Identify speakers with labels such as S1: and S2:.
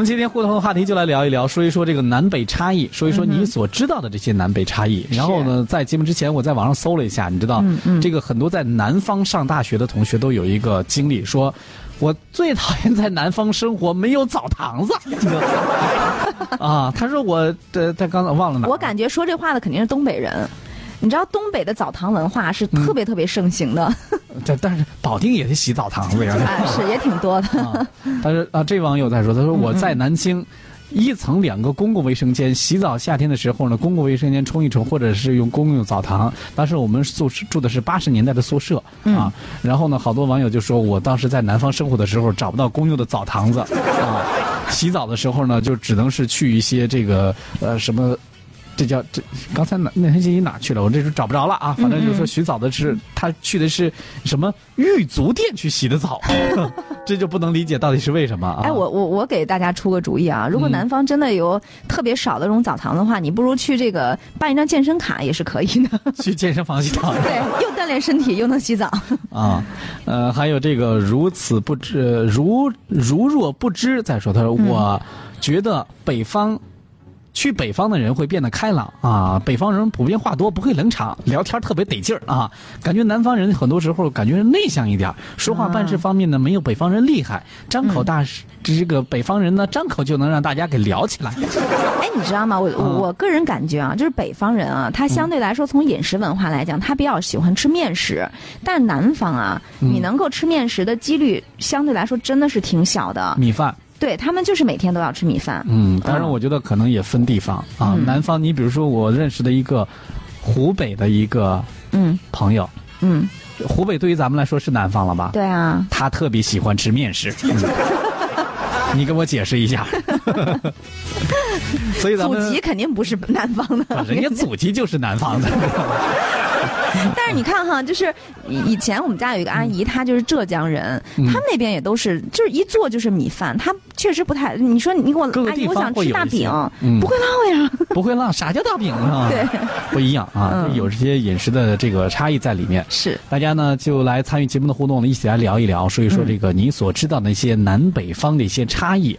S1: 我们今天互动的话题就来聊一聊，说一说这个南北差异，说一
S2: 嗯
S1: 说你所知道的这些南北差异。然后呢，在节目之前，我在网上搜了一下，你知
S2: 嗯
S1: 道，这个很多在南方上大学的同学都有一个经历，说我最讨厌在南方生活，没有澡堂 子。啊，他说我这他刚才忘了哪儿了，
S2: 我感觉说这话的肯定是东北人。你知道东北的澡堂文化是
S1: 嗯
S2: 特别特别盛行的，
S1: 但但是保定也是洗澡堂 子呀。
S2: 哎，是也挺多的。
S1: 啊，但是啊，这网友在说，他说我在南京。一层两个公共卫生间，洗澡夏天的时候呢，公共卫生间冲一冲，或者是用公用澡堂。当时我们宿舍住的是八十年代的宿舍、啊，然后呢，好多网友就说我当时在南方生活的时候找不到公用的澡堂子啊，洗澡的时候呢，就只能是去一些这个呃什么。这叫这，刚才哪那天信息哪去了？我这时候找不着了啊！反正就是说，洗澡的是他去的是什么玉足店去洗的澡， 这就不能理解到底是为什么啊？
S2: 哎，我我我给大家出个主意啊，如果
S1: 嗯
S2: 南方真的有特别少的这种澡堂的话，你不如去这个办一张健身卡也是可以的。
S1: 去健身房洗澡
S2: 对，又锻炼身体又能洗澡。
S1: 啊，呃，还有这个如此不知，呃如如若不知。再说，他说、我觉得北方。去北方的人会变得开朗啊，北方人普遍话多，不会冷场，聊天特别得劲儿啊。感觉南方人很多时候感觉内向一点儿，说话办事方面呢、没有北方人厉害，张口大、这个北方人呢张口就能让大家给聊起来。
S2: 哎，你知道吗？我
S1: 嗯
S2: 我我个人感觉啊，就是北方人啊，他相对来说从饮食文化来讲，他比较喜欢吃面食，但南方啊，
S1: 嗯
S2: 你能够吃面食的几率相对来说真的是挺小的。
S1: 米饭，
S2: 对他们就是每天都要吃米饭。
S1: 嗯，当然，我觉得可能也分地方啊。南方，你比如说我认识的一个湖北的一个
S2: 嗯
S1: 朋友，
S2: 嗯，
S1: 湖北对于咱们来说是南方了吧？
S2: 对啊，
S1: 他特别喜欢吃面食。嗯你给我解释一 下。所以咱
S2: 祖
S1: 们
S2: 籍肯定不是南方的。
S1: 啊人家祖籍就是南 方的。
S2: 但是你看哈，就是以以前我们家有一个阿
S1: 嗯
S2: 姨，她就是浙江人，他们那边也都是，就是一做就是米饭，她确实不太。你说你给我
S1: 各个
S2: 阿姨，
S1: 地
S2: 我
S1: 方
S2: 想
S1: 会
S2: 吃
S1: 有
S2: 大
S1: 一些
S2: 饼，
S1: 嗯
S2: 不会烙呀。
S1: 不会浪，啥叫大饼啊？
S2: 对，
S1: 不一样啊，
S2: 嗯
S1: 有这些饮食的这个差异在里面。
S2: 是，
S1: 大家呢就
S2: 嗯
S1: 来参与节目的互动了，一起来聊一聊，说一说这个你所知道的一些南北方的一些差异。